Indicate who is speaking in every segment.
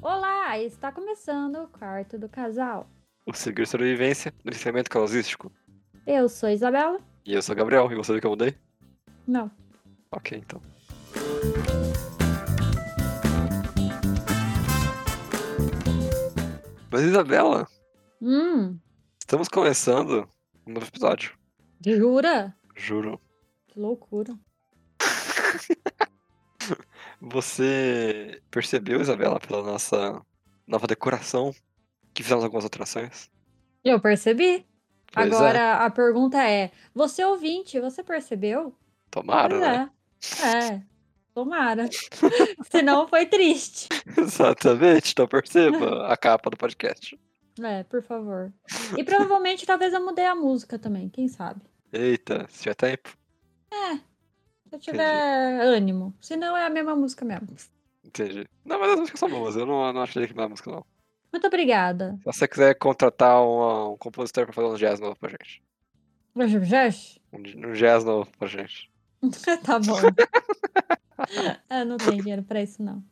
Speaker 1: Olá, está começando o quarto do casal.
Speaker 2: O Segredo de Sobrevivência do Licenciamento Causístico.
Speaker 1: Eu sou Isabela?
Speaker 2: E eu sou o Gabriel, e você viu que eu mudei?
Speaker 1: Não.
Speaker 2: Ok, então. Mas Isabela,
Speaker 1: Hum,
Speaker 2: estamos começando um novo episódio.
Speaker 1: jura?
Speaker 2: Juro.
Speaker 1: Que loucura.
Speaker 2: Você percebeu, Isabela, pela nossa nova decoração, que fizemos algumas alterações?
Speaker 1: Eu percebi.
Speaker 2: Pois é,
Speaker 1: Agora a pergunta é: você ouvinte, você percebeu?
Speaker 2: Tomara,
Speaker 1: É.
Speaker 2: né?
Speaker 1: Pois é. É. Tomara. Senão foi triste.
Speaker 2: Exatamente, então perceba a capa do podcast.
Speaker 1: É, por favor. E provavelmente talvez eu mudei a música também, quem sabe?
Speaker 2: Eita, se tiver tempo.
Speaker 1: Se eu tiver ânimo. Senão é a mesma música mesmo.
Speaker 2: Entendi. Não, mas as músicas são boas, eu não, não achei que não é música, não.
Speaker 1: Muito obrigada.
Speaker 2: Se você quiser contratar um, um compositor pra fazer um jazz novo pra gente. Um, j- um jazz novo pra gente.
Speaker 1: tá bom. Eu não tenho dinheiro pra isso, não.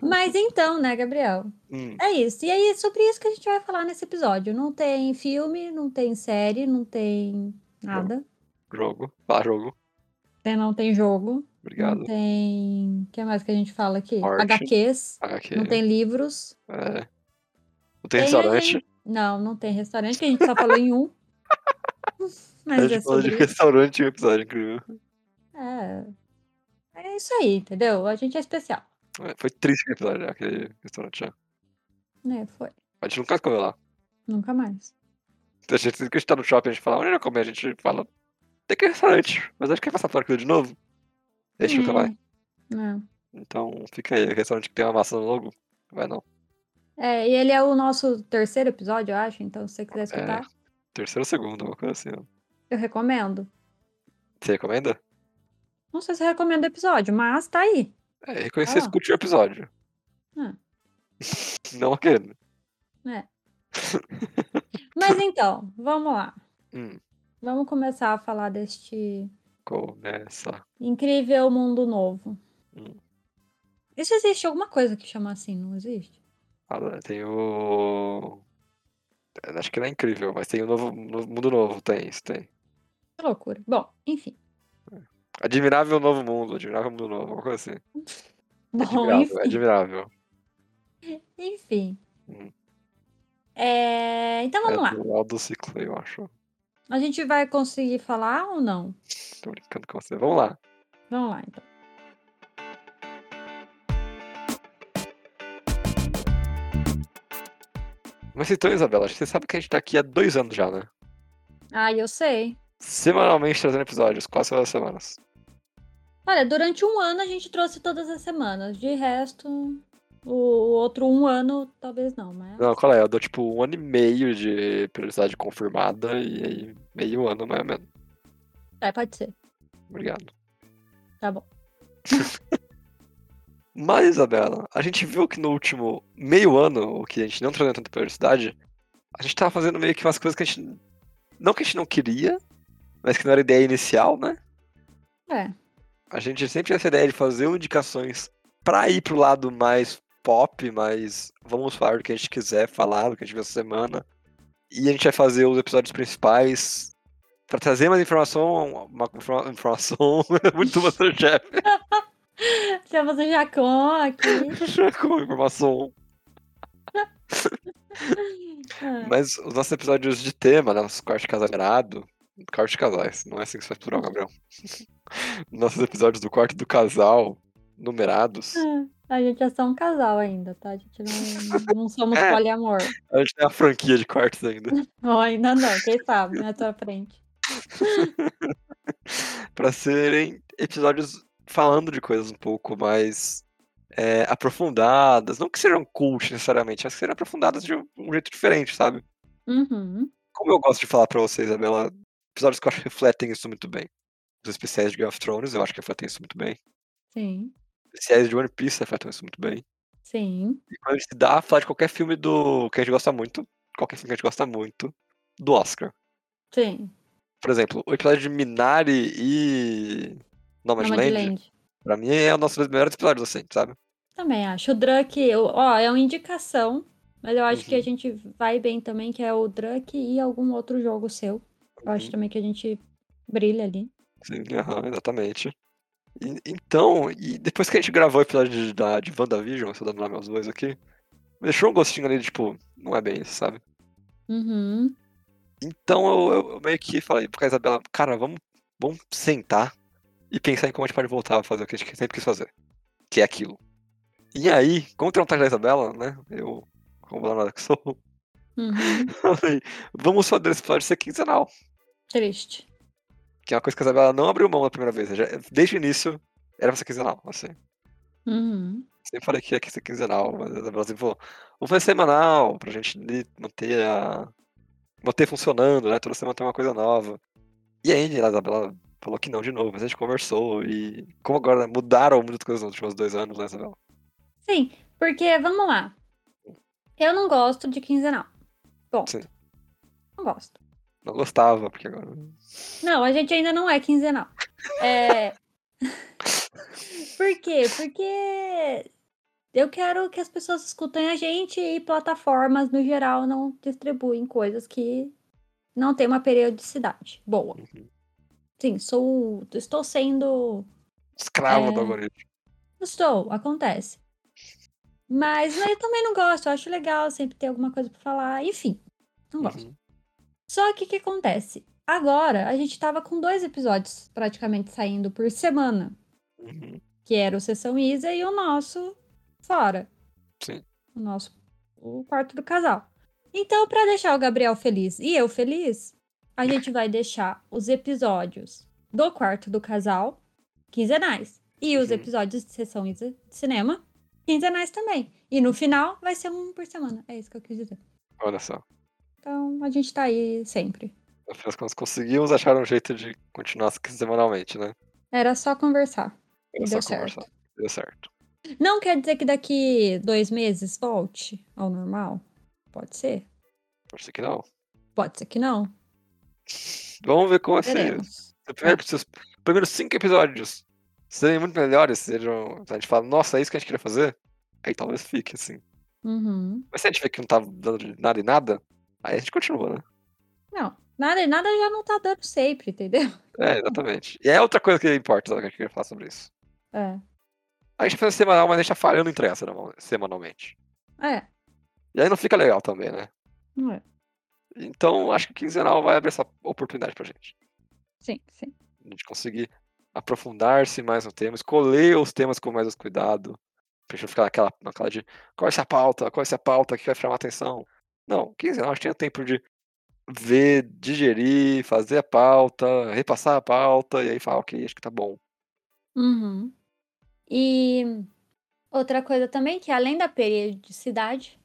Speaker 1: Mas então, né, Gabriel?
Speaker 2: Hum,
Speaker 1: É isso. E aí, é sobre isso que a gente vai falar nesse episódio. Não tem filme, não tem série, não tem nada.
Speaker 2: jogo. Fala jogo.
Speaker 1: Tem- Não tem jogo. Não
Speaker 2: Obrigado.
Speaker 1: tem. O que mais que a gente fala aqui?
Speaker 2: Arte.
Speaker 1: HQs.
Speaker 2: HQ.
Speaker 1: Não tem livros.
Speaker 2: É. Não tem
Speaker 1: Tem
Speaker 2: restaurante.
Speaker 1: Não, não tem restaurante, que a gente só falou em um.
Speaker 2: A
Speaker 1: Mas é
Speaker 2: gente falou de
Speaker 1: sobre isso.
Speaker 2: restaurante em um episódio incrível.
Speaker 1: É. é isso aí, entendeu? A gente é especial.
Speaker 2: É, Foi triste aquele episódio, né, aquele restaurante. né?
Speaker 1: Né, foi.
Speaker 2: A gente nunca comeu lá.
Speaker 1: Nunca mais.
Speaker 2: A gente, sempre que a gente tá no shopping, a gente fala, onde eu comer? A gente fala, tem que ir em restaurante. Mas acho que quer passar por aquilo de novo. E a gente nunca
Speaker 1: É.
Speaker 2: vai.
Speaker 1: Não.
Speaker 2: Então fica aí, restaurante que tem uma maçã no logo. Vai não.
Speaker 1: É, e ele é o nosso terceiro episódio, eu acho. Então, se você
Speaker 2: É.
Speaker 1: quiser escutar,
Speaker 2: Terceiro ou segundo, alguma coisa assim. ó.
Speaker 1: eu recomendo.
Speaker 2: Você recomenda?
Speaker 1: Não sei se eu recomendo o episódio, mas tá aí.
Speaker 2: É, reconhecer
Speaker 1: Ah.
Speaker 2: e escute o episódio.
Speaker 1: Ah.
Speaker 2: Não aquele.
Speaker 1: Mas então, vamos lá.
Speaker 2: Hum,
Speaker 1: Vamos começar a falar deste
Speaker 2: começa.
Speaker 1: incrível mundo novo.
Speaker 2: Hum.
Speaker 1: Isso existe alguma coisa que chama assim, não existe?
Speaker 2: Ah, lá, tem o. É, Acho que não é incrível, mas tem o novo, um novo- mundo novo, tem isso, tem.
Speaker 1: Que loucura. Bom, enfim.
Speaker 2: Admirável novo mundo, admirável mundo novo, alguma coisa assim.
Speaker 1: Bom,
Speaker 2: Admirável,
Speaker 1: enfim.
Speaker 2: admirável.
Speaker 1: enfim.
Speaker 2: né? Hum.
Speaker 1: É, então vamos
Speaker 2: é
Speaker 1: lá.
Speaker 2: do final do ciclo, eu acho.
Speaker 1: A gente vai conseguir falar ou não?
Speaker 2: Tô brincando com você. Vamos lá.
Speaker 1: Vamos lá, então.
Speaker 2: Mas então, Isabela, acho que você sabe que a gente tá aqui há dois anos já, né?
Speaker 1: Ah, eu sei.
Speaker 2: Semanalmente trazendo episódios, quase todas as semanas.
Speaker 1: Olha, durante um ano a gente trouxe todas as semanas. De resto, o o outro um ano, talvez não, mas.
Speaker 2: Não, qual é? Eu dou tipo um ano e meio de periodicidade confirmada e aí meio ano mais ou menos.
Speaker 1: É, pode ser.
Speaker 2: Obrigado.
Speaker 1: Tá bom.
Speaker 2: Mas, Isabela, a gente viu que no último meio ano, o que a gente não trazia tanta periodicidade, a gente tava fazendo meio que umas coisas que a gente. Não que a gente não queria, mas que não era a ideia inicial, né?
Speaker 1: É.
Speaker 2: A gente sempre tinha essa ideia de fazer indicações pra ir pro lado mais pop, mas vamos falar do que a gente quiser falar, do que a gente viu essa semana. E a gente vai fazer os episódios principais pra trazer mais informação, uma informa- informação é muito Masterchef,
Speaker 1: Temos o Jacon aqui.
Speaker 2: com informação.
Speaker 1: Ah,
Speaker 2: É. Mas os nossos episódios de tema, né, nosso corte casalhado, corte de casais, não é assim que se faz plural, Gabriel. nossos episódios do quarto do casal, numerados,
Speaker 1: A gente é só um casal ainda, tá? A gente não, não somos
Speaker 2: É.
Speaker 1: poliamor.
Speaker 2: a gente tem a franquia de quartos ainda.
Speaker 1: Ou ainda não, quem sabe, na tua frente.
Speaker 2: Pra serem episódios falando de coisas um pouco mais é, aprofundadas. Não que sejam cult necessariamente, mas que sejam aprofundadas de um um jeito diferente, sabe?
Speaker 1: Uhum.
Speaker 2: Como eu gosto de falar pra vocês, Isabela, episódios que eu acho que refletem isso muito bem. Os especiais de Game of Thrones, eu acho que refletem isso muito bem.
Speaker 1: Sim,
Speaker 2: Os especiais de One Piece refletem isso muito bem.
Speaker 1: sim.
Speaker 2: E quando a gente dá a falar de qualquer filme do que a gente gosta muito, qualquer filme que a gente gosta muito, do Oscar.
Speaker 1: Sim.
Speaker 2: Por exemplo, o episódio de Minari e Nomadland,
Speaker 1: Nomadland.
Speaker 2: um pra mim é o nosso melhor episódio, assim, sabe?
Speaker 1: Também acho. O Drunk, eu- ó, é uma indicação, mas eu acho que a
Speaker 2: Uhum.
Speaker 1: gente vai bem também, que é o Drunk e algum outro jogo seu. Eu
Speaker 2: Uhum.
Speaker 1: acho também que a gente brilha ali.
Speaker 2: Sim, aham, exatamente. E- então, e depois que a gente gravou o episódio de, da, de WandaVision, se eu dando nome aos dois aqui, deixou um gostinho ali, de, tipo, não é bem isso, sabe?
Speaker 1: Uhum.
Speaker 2: Então eu, eu- eu meio que falei pra Isabela, cara, vamos, vamos sentar e pensar em como a gente pode voltar a fazer o que a gente sempre quis fazer, que é aquilo. E aí, contra a vontade da Isabela, né, eu, como danada que sou,
Speaker 1: uhum.
Speaker 2: falei, vamos fazer esse episódio ser quinzenal.
Speaker 1: Triste.
Speaker 2: Que é uma coisa que a Isabela não abriu mão na primeira vez. já- desde o início, era pra ser quinzenal, assim.
Speaker 1: Uhum.
Speaker 2: Sempre falei que ia ser quinzenal, mas a Isabela sempre falou, vamos fazer semanal, pra gente ali manter a... manter funcionando, né? Toda semana tem uma coisa nova. E aí, a Isabela falou que não de novo, mas a gente conversou e... Como agora mudaram muitas coisas nos últimos dois anos, né, Isabela?
Speaker 1: Sim, porque vamos lá. Eu não gosto de quinzenal. Bom.
Speaker 2: Sim.
Speaker 1: Não gosto.
Speaker 2: Não gostava, porque agora... é um
Speaker 1: Não, a gente ainda não é quinzenal. É... Por quê? Porque eu quero que as pessoas escutem a gente e plataformas no geral não distribuem coisas que não tem uma periodicidade boa. Sim, sou estou sendo
Speaker 2: Escravo do
Speaker 1: É.
Speaker 2: algoritmo.
Speaker 1: não Estou, acontece. Mas né, eu também não gosto, eu acho legal sempre ter alguma coisa pra falar, enfim, não gosto.
Speaker 2: Uhum.
Speaker 1: Só que o que acontece? Agora a gente tava com dois episódios praticamente saindo por semana,
Speaker 2: Uhum.
Speaker 1: que era o Sessão Isa e o nosso fora.
Speaker 2: Sim.
Speaker 1: O nosso o quarto do casal. Então, pra deixar o Gabriel feliz e eu feliz, a gente vai deixar os episódios do quarto do casal quinzenais e os
Speaker 2: Uhum.
Speaker 1: episódios de Sessão Isa de cinema quinzenais também. E no final vai ser um por semana. É isso que eu quis dizer.
Speaker 2: Olha só.
Speaker 1: Então, a gente tá aí sempre.
Speaker 2: Afinal de contas, conseguimos achar um jeito de continuar semanalmente, né?
Speaker 1: Era só conversar.
Speaker 2: Era
Speaker 1: e
Speaker 2: só
Speaker 1: deu
Speaker 2: conversar.
Speaker 1: certo.
Speaker 2: Deu certo.
Speaker 1: Não quer dizer que daqui dois meses volte ao normal? Pode ser?
Speaker 2: Pode ser que não.
Speaker 1: Pode ser que não.
Speaker 2: Vamos ver como é ser.
Speaker 1: Veremos.
Speaker 2: Os primeiros- os primeiros cinco episódios serem muito melhores, sejam. A gente fala, nossa, é isso que a gente queria fazer? Aí talvez fique, assim.
Speaker 1: Uhum.
Speaker 2: Mas se a gente vê que não tá dando de nada em nada, aí a gente continua, né?
Speaker 1: Não, nada, nada já não tá dando sempre, entendeu?
Speaker 2: É, exatamente. E é outra coisa que importa, sabe, que eu queria falar sobre isso.
Speaker 1: É.
Speaker 2: A gente faz semanal, mas a gente tá falhando em entrega semanal- semanalmente.
Speaker 1: É.
Speaker 2: E aí não fica legal também, né?
Speaker 1: não é.
Speaker 2: Então acho que quinzenal vai abrir essa oportunidade pra gente.
Speaker 1: Sim, sim.
Speaker 2: A gente conseguir aprofundar-se mais no tema, escolher os temas com mais cuidado. Pra gente não ficar naquela, naquela de qual é essa pauta, qual é essa pauta que vai chamar atenção. Não, 15 anos, a gente tem tempo de ver, digerir, fazer a pauta, repassar a pauta e aí falar, ok, acho que tá bom.
Speaker 1: Uhum. E outra coisa também, que além da periodicidade,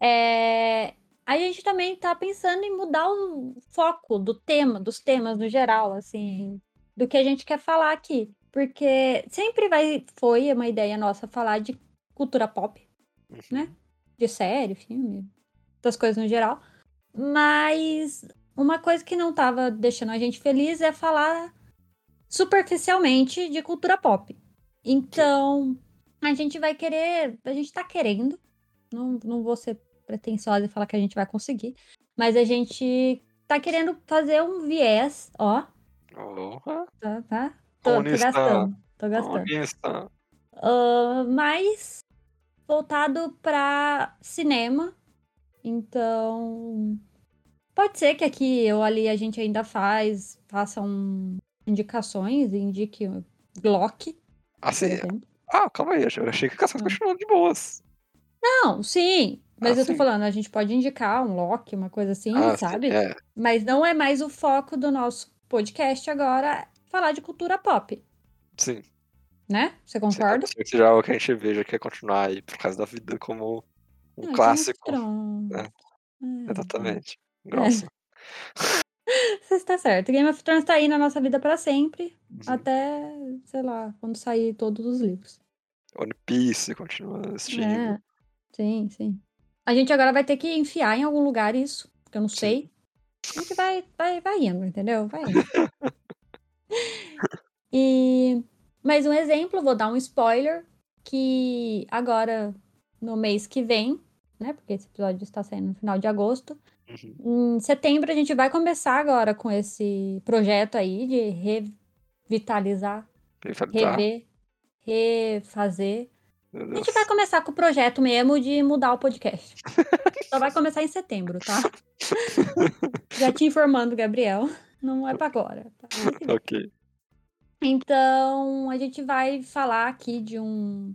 Speaker 1: é... a gente também tá pensando em mudar o foco do tema, dos temas no geral, assim, do que a gente quer falar aqui. Porque sempre vai, foi uma ideia nossa falar de cultura pop,
Speaker 2: Uhum.
Speaker 1: Né? de série, filme, das coisas no geral. Mas uma coisa que não tava deixando a gente feliz é falar superficialmente de cultura pop. Então, a gente vai querer, a gente tá querendo, não, não vou ser pretensiosa e falar que a gente vai conseguir, mas a gente tá querendo fazer um viés, ó,
Speaker 2: Porra,
Speaker 1: tá, tá? Tô, tô
Speaker 2: Comunista.
Speaker 1: gastando, tô gastando.
Speaker 2: comunista.
Speaker 1: Ah, mas voltado para cinema. Então, pode ser que aqui ou ali a gente ainda faz, faça um- indicações, indique um Glock, por
Speaker 2: Assim,
Speaker 1: exemplo.
Speaker 2: ah, calma aí, eu achei que a Cassandra
Speaker 1: Ah.
Speaker 2: continuou de boas.
Speaker 1: Não, sim, mas
Speaker 2: Ah,
Speaker 1: eu tô
Speaker 2: sim.
Speaker 1: falando, a gente pode indicar um Loki, uma coisa assim,
Speaker 2: Ah, sim,
Speaker 1: sabe?
Speaker 2: é.
Speaker 1: Mas não é mais o foco do nosso podcast agora falar de cultura pop,
Speaker 2: Sim,
Speaker 1: né? Você
Speaker 2: sim,
Speaker 1: concorda?
Speaker 2: pode ser que seja algo que a gente veja que é continuar aí por causa da vida como um
Speaker 1: Ah, Game of
Speaker 2: clássico.
Speaker 1: Thrones.
Speaker 2: né?
Speaker 1: Ah,
Speaker 2: Exatamente.
Speaker 1: É.
Speaker 2: Grossa.
Speaker 1: Você está certo. Game of Thrones tá aí na nossa vida para sempre,
Speaker 2: Uhum.
Speaker 1: até, sei lá, quando sair todos os livros.
Speaker 2: One Piece continua assistindo.
Speaker 1: É. Sim, sim. A gente agora vai ter que enfiar em algum lugar isso, que eu não
Speaker 2: Sim.
Speaker 1: sei. A gente vai, vai, vai indo, entendeu? Vai indo. e mais um exemplo, vou dar um spoiler. que agora, no mês que vem, né? Porque esse episódio está saindo no final de agosto.
Speaker 2: Uhum.
Speaker 1: Em setembro a gente vai começar agora com esse projeto aí de revitalizar,
Speaker 2: Revitalizar.
Speaker 1: rever, refazer.
Speaker 2: "Tá,
Speaker 1: A
Speaker 2: Meu Deus.
Speaker 1: gente vai começar com o projeto mesmo de mudar o podcast. Só vai começar em setembro, tá? Já te informando, Gabriel. Não é pra agora. Tá?
Speaker 2: Ok.
Speaker 1: Então, a gente vai falar aqui de um,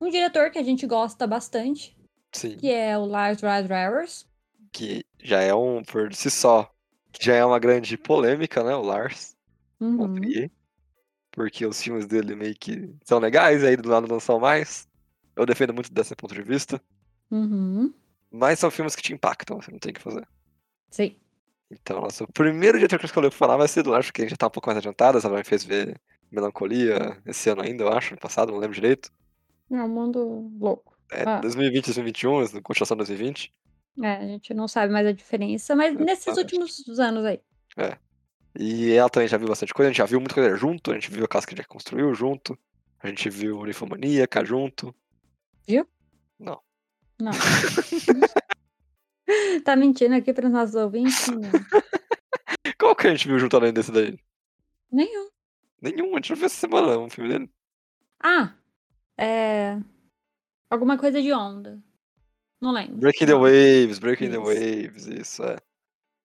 Speaker 1: um diretor que a gente gosta bastante,
Speaker 2: Sim.
Speaker 1: que é o Lars Drivers.
Speaker 2: Que já é um, por si só, já é uma grande polêmica, né? O Lars.
Speaker 1: Uhum.
Speaker 2: Contribuir, Porque os filmes dele meio que são legais, aí do lado não são mais. Eu defendo muito desse ponto de vista.
Speaker 1: Uhum.
Speaker 2: Mas são filmes que te impactam, você não tem o que fazer.
Speaker 1: Sim.
Speaker 2: Então, nosso primeiro diretor que eu escolhi pra falar vai ser do Lars, porque ele já tá um pouco mais adiantado. Essa me fez ver Melancolia esse ano ainda, eu acho, ano passado, não lembro direito.
Speaker 1: É um mundo louco.
Speaker 2: É
Speaker 1: Ah.
Speaker 2: 2020, 2021, continuação um, de 2020.
Speaker 1: É, a gente não sabe mais a diferença, mas nesses
Speaker 2: Exatamente.
Speaker 1: últimos anos aí.
Speaker 2: E ela também já viu bastante coisa, a gente já viu muita coisa junto, a gente viu a casa que a gente construiu junto, a gente viu Unifomaníaca junto.
Speaker 1: Não. tá mentindo aqui para os nossos ouvintes? Não.
Speaker 2: Qual que a gente viu junto além desse daí?
Speaker 1: Nenhum.
Speaker 2: Nenhum, a gente não viu essa semana um filme dele.
Speaker 1: Ah, é. Alguma coisa de onda. Não lembro.
Speaker 2: Breaking the Waves, Breaking the
Speaker 1: Isso.
Speaker 2: Waves, isso é.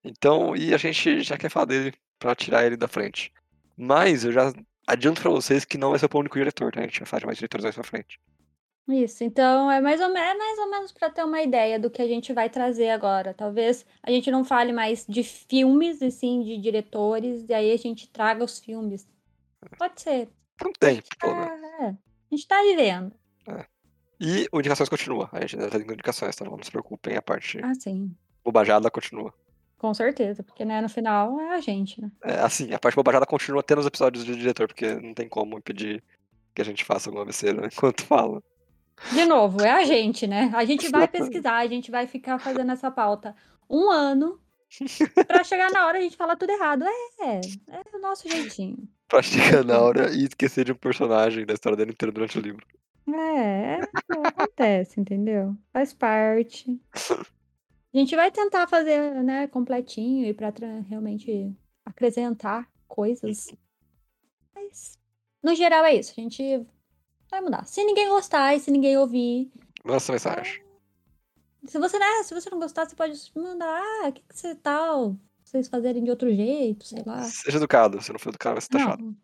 Speaker 2: Então, e a gente já quer falar dele pra tirar ele da frente. Mas eu já adianto pra vocês que não vai ser o único diretor, né? A gente vai falar de mais diretores mais pra frente.
Speaker 1: Isso, então é mais ou, me- é mais ou menos para ter uma ideia do que a gente vai trazer agora. Talvez a gente não fale mais de filmes, e sim de diretores, e aí a gente traga os filmes. Pode ser.
Speaker 2: Não tem, pelo menos.
Speaker 1: É, é. A gente tá vivendo.
Speaker 2: E o Indicações continua. A gente ainda tá tendo indicações, então não se preocupem, a parte
Speaker 1: Ah, sim.
Speaker 2: bobajada continua.
Speaker 1: Com certeza, porque né, no final é a gente, né?
Speaker 2: É, assim, a parte bobajada continua até nos episódios de diretor, porque não tem como impedir que a gente faça alguma besteira né, enquanto fala.
Speaker 1: De novo, é a gente, né? A gente vai
Speaker 2: Exatamente.
Speaker 1: pesquisar, a gente vai ficar fazendo essa pauta um ano pra chegar na hora a gente falar tudo errado. É, é o nosso jeitinho.
Speaker 2: Pra chegar na hora e esquecer de um personagem da história dele inteira durante o livro.
Speaker 1: É, é, acontece, entendeu? Faz parte. A gente vai tentar fazer, né, completinho e pra tra- realmente acrescentar coisas. Mas, no geral, é isso. A gente vai mudar. Se ninguém gostar e se ninguém ouvir,
Speaker 2: Nossa mensagem.
Speaker 1: Se você, né, se você não gostar, você pode mandar, ah, o que, que você tal? Vocês fazerem de outro jeito, sei lá.
Speaker 2: Seja educado, se não for educado, vai ser taxado.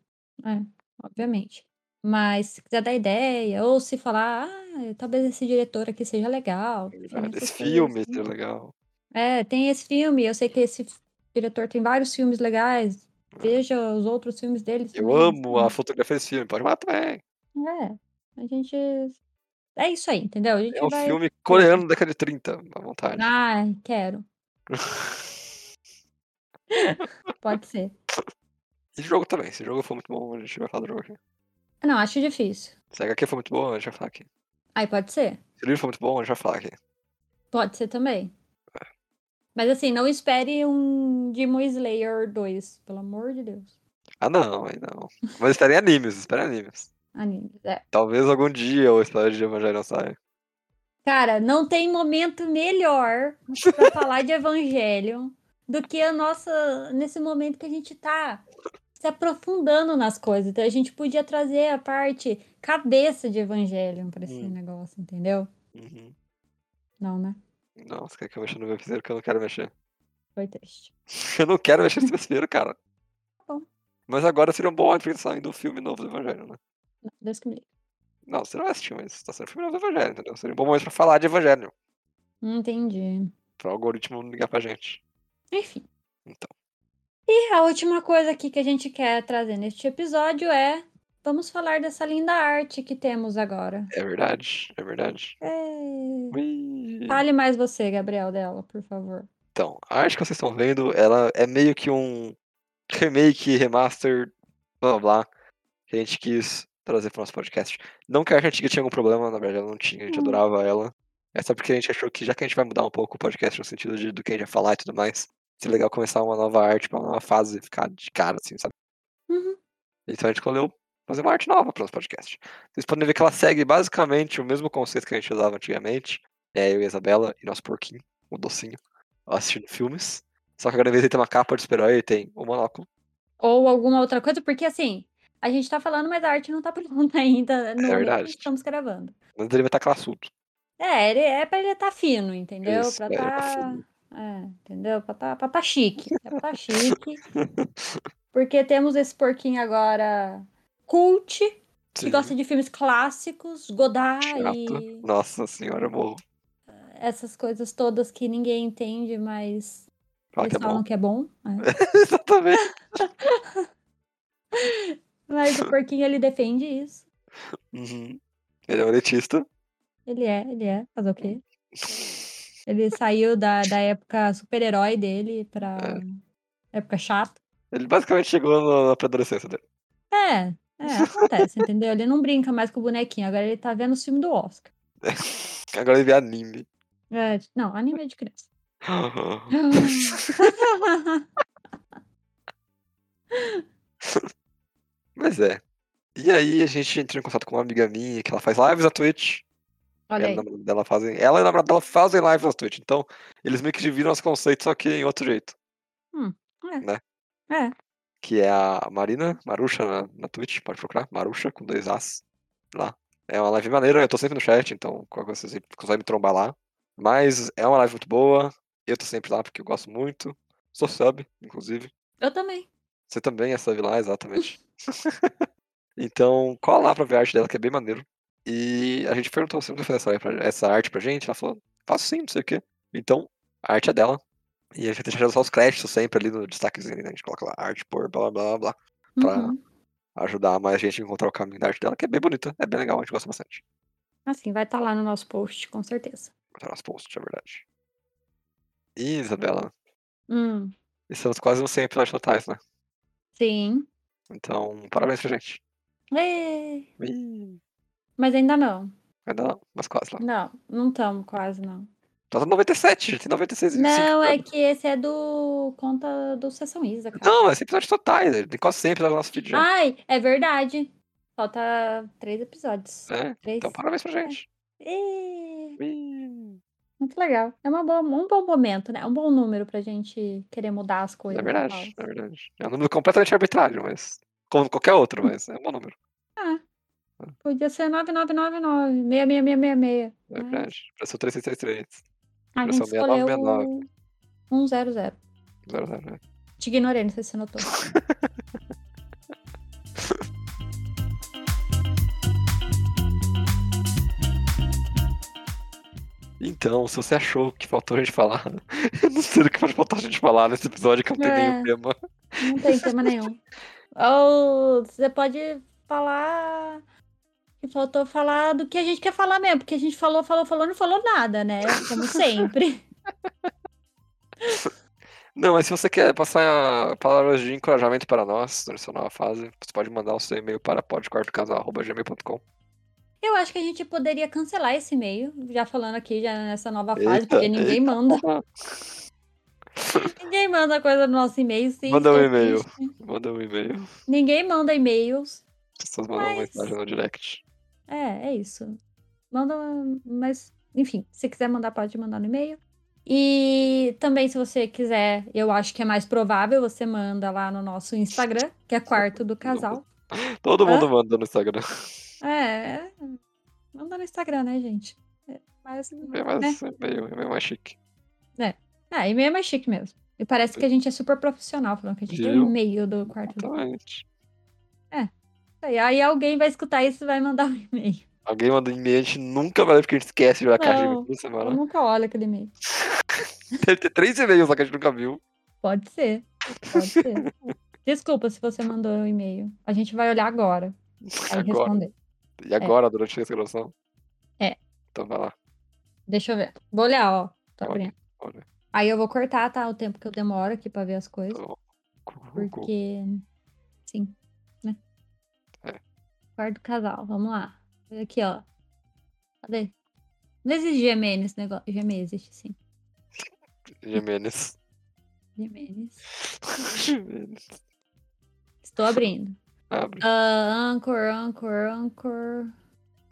Speaker 1: Ah. não. É, obviamente. Mas se quiser dar ideia, ou se falar, ah, talvez esse diretor aqui seja legal. tem
Speaker 2: Ah,
Speaker 1: essas
Speaker 2: Esse
Speaker 1: coisas
Speaker 2: filme
Speaker 1: assim.
Speaker 2: é legal.
Speaker 1: É, tem esse filme, eu sei que esse f- diretor tem vários filmes legais. Veja os outros filmes dele.
Speaker 2: Eu
Speaker 1: também,
Speaker 2: amo a fotografia desse filme, pode matar também.
Speaker 1: É, a gente. É isso aí, entendeu? A gente
Speaker 2: É um
Speaker 1: vai.
Speaker 2: filme coreano da década de 30, à vontade.
Speaker 1: Ai, quero. Pode ser.
Speaker 2: E jogo também, se o jogo for muito bom, a gente vai falar do jogo aqui.
Speaker 1: Não, acho difícil.
Speaker 2: Se a HQ for muito bom, a gente vai falar aqui.
Speaker 1: Aí pode ser.
Speaker 2: Se o livro for muito bom, a gente vai falar aqui.
Speaker 1: Pode ser também. Mas assim, não espere um Demon Slayer 2, pelo amor de Deus.
Speaker 2: Ah não, aí não. Mas espera em animes, espera em animes.
Speaker 1: Anime, é. Cara,
Speaker 2: Talvez algum dia o Espelho de Evangelho saia.
Speaker 1: não tem momento melhor pra falar de evangelho do que a nossa nesse momento que a gente tá se aprofundando nas coisas. Então a gente podia trazer a parte cabeça de evangelho pra esse
Speaker 2: Hum.
Speaker 1: negócio, entendeu?
Speaker 2: Uhum.
Speaker 1: Não, né?
Speaker 2: Não, você quer que eu mexa no meu piseiro que eu não quero mexer.
Speaker 1: Foi triste.
Speaker 2: Eu não quero mexer nesse piseiro, cara.
Speaker 1: bom.
Speaker 2: Mas agora seria um bom ano porque saindo do filme novo do Evangelho, né?
Speaker 1: Não, Deus que me livre.
Speaker 2: Não, você não vai assistir, mas tá sendo filme novo do Evangelho, entendeu? Seria um bom momento pra falar de Evangelho.
Speaker 1: Entendi.
Speaker 2: Pra o algoritmo não ligar pra gente.
Speaker 1: Enfim.
Speaker 2: Então.
Speaker 1: E a última coisa aqui que a gente quer trazer neste episódio é vamos falar dessa linda arte que temos agora.
Speaker 2: É verdade, é verdade. Hum.
Speaker 1: É...
Speaker 2: Ui.
Speaker 1: Fale mais você, Gabriel, dela, por favor.
Speaker 2: Então, a arte que vocês estão vendo, ela é meio que um remake, remaster, blá blá blá, que a gente quis trazer pro nosso podcast. Não que a arte antiga tinha algum problema, na verdade ela não tinha, a gente
Speaker 1: Hum.
Speaker 2: adorava ela. É só porque a gente achou que já que a gente vai mudar um pouco o podcast no sentido de, do que a gente vai falar e tudo mais, seria legal começar uma nova arte, pra uma nova fase, ficar de cara, assim, sabe?
Speaker 1: Uhum.
Speaker 2: Então a gente escolheu fazer uma arte nova para os podcasts. Vocês podem ver que ela segue basicamente o mesmo conceito que a gente usava antigamente. É eu e a Isabela e nosso porquinho, o docinho, assistindo filmes. Só que agora, em vez de ter uma capa de super-herói, tem o um monóculo.
Speaker 1: Ou alguma outra coisa, porque assim, a gente tá falando, mas a arte não tá pronta ainda. No
Speaker 2: É
Speaker 1: momento
Speaker 2: verdade.
Speaker 1: Que estamos gravando.
Speaker 2: Mas ele vai estar classudo.
Speaker 1: É, ele, é pra ele estar fino, entendeu?
Speaker 2: Isso,
Speaker 1: pra
Speaker 2: é,
Speaker 1: tá...
Speaker 2: tá fino.
Speaker 1: É, entendeu? Pra tá, pra tá chique. Pra tá chique. Porque temos esse porquinho agora cult, que
Speaker 2: Sim.
Speaker 1: gosta de filmes clássicos, Godard e
Speaker 2: Chato. Nossa senhora, eu morro.
Speaker 1: essas coisas todas que ninguém entende, mas
Speaker 2: Fala
Speaker 1: eles
Speaker 2: que é
Speaker 1: falam
Speaker 2: bom.
Speaker 1: que é bom. né?
Speaker 2: Exatamente.
Speaker 1: Mas o porquinho, ele defende isso.
Speaker 2: Uhum. Ele é um elitista.
Speaker 1: Ele é, ele é. Fazer o quê? Ele saiu da, da época super-herói dele pra
Speaker 2: É.
Speaker 1: época chata.
Speaker 2: Ele basicamente chegou no- na pré-adolescência dele.
Speaker 1: É, é, acontece, entendeu? Ele não brinca mais com o bonequinho, agora ele tá vendo os filmes do Oscar.
Speaker 2: Agora ele vê anime.
Speaker 1: É, não, anime é de criança.
Speaker 2: Mas é. E aí a gente entrou em contato com uma amiga minha que ela faz lives na Twitch.
Speaker 1: Olha
Speaker 2: Ela,
Speaker 1: aí.
Speaker 2: e o namorado dela fazem, ela e o namorado dela fazem lives na Twitch. Então, eles meio que dividem os conceitos, só que em outro jeito.
Speaker 1: Hum, é.
Speaker 2: Né?
Speaker 1: É.
Speaker 2: Que é a Marina, Marusha na, na Twitch, pode procurar. Marusha com dois As lá. É uma live maneira, eu tô sempre no chat, então qualquer coisa vocês conseguem me trombar lá. Mas é uma live muito boa. Eu tô sempre lá porque eu gosto muito. Sou sub, inclusive.
Speaker 1: Eu também.
Speaker 2: Você também é sub lá, exatamente. então, cola lá pra ver a arte dela, que é bem maneiro. E a gente perguntou se você fazer essa, arte pra- essa arte pra gente. Ela falou, faço sim, não sei o quê. Então, a arte é dela. E a gente vai deixar só os créditos sempre ali no destaquezinho, né? A gente coloca lá arte por blá blá blá blá. Pra-
Speaker 1: Uhum.
Speaker 2: Ajudar mais a gente a encontrar o caminho da arte dela, que é bem bonita, é bem legal, a gente gosta bastante.
Speaker 1: Assim, vai estar lá no nosso post, com certeza.
Speaker 2: Botar nas posts, é verdade. E, Isabela,
Speaker 1: Hum,
Speaker 2: estamos quase no 100 episódios totais, né?
Speaker 1: sim.
Speaker 2: Então, parabéns pra gente.
Speaker 1: Ê,
Speaker 2: Ih,
Speaker 1: Mas ainda não.
Speaker 2: ainda não, mas quase lá.
Speaker 1: Não, não estamos quase, não.
Speaker 2: Tá no 97, gente tem 96 e cinco
Speaker 1: Não, é que esse é do conta do Sessão Isa, cara.
Speaker 2: Não, é 100 episódios totais. é, Tem quase 100 episódios no nosso feed já.
Speaker 1: Ai, é verdade. Falta três episódios.
Speaker 2: né?
Speaker 1: Três.
Speaker 2: Então, parabéns pra gente.
Speaker 1: Ê,
Speaker 2: Ih,
Speaker 1: Muito legal. É uma boa, um bom momento, né? Um bom número pra gente querer mudar as coisas.
Speaker 2: É
Speaker 1: e
Speaker 2: verdade,
Speaker 1: tal.
Speaker 2: é verdade. É um número completamente arbitrário, mas. Como qualquer outro, mas é um bom número.
Speaker 1: Podia ser 9999, 66666.
Speaker 2: É
Speaker 1: Mas-
Speaker 2: verdade. Pra ser o 333.
Speaker 1: A
Speaker 2: Impressão
Speaker 1: gente escolheu
Speaker 2: 6969.
Speaker 1: o 100.
Speaker 2: Zero, zero, né?
Speaker 1: Te ignorei, não sei se você notou.
Speaker 2: Então, se você achou que faltou a gente falar, eu não sei do que pode faltar a gente falar nesse episódio que não tem nenhum
Speaker 1: É.
Speaker 2: tema.
Speaker 1: Não tem tema nenhum. Ou você pode falar que faltou falar do que a gente quer falar mesmo, porque a gente falou, falou, falou, não falou nada, né? Como sempre.
Speaker 2: Não, mas se você quer passar palavras de encorajamento para nós nessa nova fase, você pode mandar o seu e-mail para podquartocasal.gmail.com.
Speaker 1: Eu acho que a gente poderia cancelar esse e-mail, já falando aqui, já nessa nova fase,
Speaker 2: Eita,
Speaker 1: porque ninguém
Speaker 2: eita.
Speaker 1: manda. Ninguém manda coisa no nosso e-mail, sim.
Speaker 2: Manda um
Speaker 1: estou
Speaker 2: e-mail.
Speaker 1: triste.
Speaker 2: Manda um e-mail.
Speaker 1: Ninguém manda e-mails.
Speaker 2: As pessoas mandam
Speaker 1: Mas-
Speaker 2: mensagem no direct.
Speaker 1: É, é isso. Manda, mas, enfim, se quiser mandar, pode mandar no e-mail. E também, se você quiser, eu acho que é mais provável, você manda lá no nosso Instagram, que é quarto do casal.
Speaker 2: Todo
Speaker 1: Hã?
Speaker 2: mundo manda no Instagram.
Speaker 1: É, é, manda no Instagram, né, gente? É, mas,
Speaker 2: É
Speaker 1: né?
Speaker 2: mais, é meio, é meio mais chique.
Speaker 1: É, e-mail é mais chique mesmo. E parece que a gente é super profissional, falando que a gente tem um
Speaker 2: Viu?
Speaker 1: e-mail do quarto
Speaker 2: Tá. Então
Speaker 1: do casal.
Speaker 2: Exatamente.
Speaker 1: Aí, aí alguém vai escutar isso e vai mandar um e-mail.
Speaker 2: Alguém manda e-mail, a gente nunca vai ler porque a gente esquece de olhar a caixa
Speaker 1: Não.
Speaker 2: de
Speaker 1: Uhum.
Speaker 2: e-mail toda
Speaker 1: Eu
Speaker 2: semana.
Speaker 1: nunca olho aquele e-mail.
Speaker 2: Deve ter três e-mails lá que a gente nunca viu.
Speaker 1: Pode ser. Pode ser. Desculpa se você mandou um e-mail. A gente vai olhar agora. Aí
Speaker 2: Agora.
Speaker 1: responder.
Speaker 2: E agora, durante essa gravação?
Speaker 1: É.
Speaker 2: Então vai lá.
Speaker 1: Deixa eu ver. Vou olhar, ó. Tô
Speaker 2: Olha,
Speaker 1: abrindo.
Speaker 2: olha.
Speaker 1: Aí eu vou cortar, tá? O tempo que eu demoro aqui pra ver as coisas.
Speaker 2: Tá bom. Cu, cu, cu.
Speaker 1: Porque. Sim, né?
Speaker 2: É.
Speaker 1: Quarto casal, vamos lá. Olha Aqui, ó. Cadê? Não existe Gmail nesse negócio. Gmail existe, sim.
Speaker 2: Jimenez.
Speaker 1: Gmail.
Speaker 2: Jimenez.
Speaker 1: Estou abrindo.
Speaker 2: Abre.
Speaker 1: Ah, Anchor, Anchor, Anchor.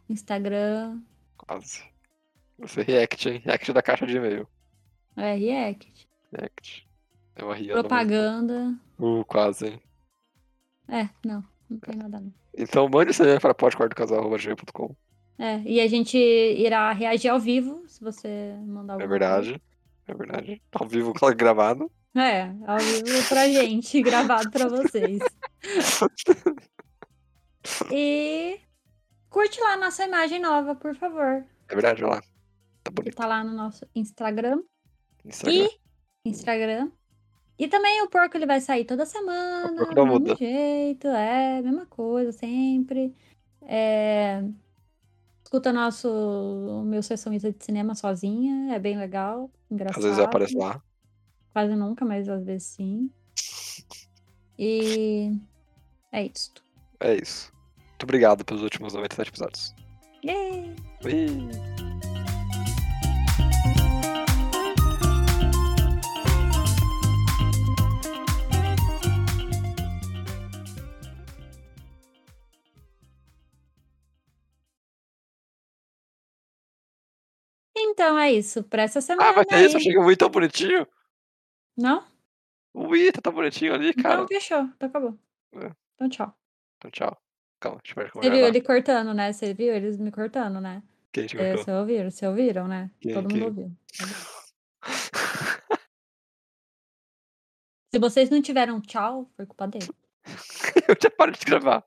Speaker 1: Instagram.
Speaker 2: Quase. Você react, hein? React da caixa de e-mail.
Speaker 1: É, React.
Speaker 2: React. É uma riada. mas-
Speaker 1: Propaganda.
Speaker 2: Uh, quase, hein?
Speaker 1: É, não. Não tem nada não.
Speaker 2: Então mande esse e-mail para podquartocasal.gmail.com.
Speaker 1: É, e a gente irá reagir ao vivo, se você mandar
Speaker 2: É
Speaker 1: alguma
Speaker 2: verdade. É verdade. Ao vivo, claro, gravado.
Speaker 1: coisa. É, ao vivo pra gente, gravado pra vocês. E curte lá a nossa imagem nova, por favor.
Speaker 2: É verdade, olha lá.
Speaker 1: Que
Speaker 2: Tá bonito.
Speaker 1: tá lá no nosso Instagram.
Speaker 2: Instagram.
Speaker 1: E Instagram. E também o porco ele vai sair toda semana.
Speaker 2: O porco
Speaker 1: do
Speaker 2: não
Speaker 1: mesmo
Speaker 2: muda.
Speaker 1: jeito, é, mesma coisa sempre. É, escuta nosso o meu sessãoista de cinema sozinha, é bem legal, engraçado.
Speaker 2: Às vezes eu apareço lá.
Speaker 1: Quase nunca, mas às vezes sim. E é isso.
Speaker 2: É isso. Muito obrigado pelos últimos 97 episódios.
Speaker 1: Yay!
Speaker 2: Ui.
Speaker 1: Então é isso, pra essa semana.
Speaker 2: Ah, vai ter isso?
Speaker 1: aí.
Speaker 2: Achei que o Wii tão bonitinho.
Speaker 1: Não?
Speaker 2: O Wii tá tão bonitinho ali, cara.
Speaker 1: Então fechou, então acabou.
Speaker 2: É.
Speaker 1: Então tchau.
Speaker 2: Então, tchau. Calma, deixa eu ver como
Speaker 1: Você viu
Speaker 2: gravar.
Speaker 1: ele cortando, né? Você viu eles me cortando, né?
Speaker 2: Quem te
Speaker 1: É,
Speaker 2: cortou?
Speaker 1: Vocês ouviram, vocês ouviram, né?
Speaker 2: Quem-
Speaker 1: Todo
Speaker 2: quem?
Speaker 1: mundo ouviu. Tá bom. Se vocês não tiveram tchau, foi culpa dele.
Speaker 2: Eu já parei de gravar.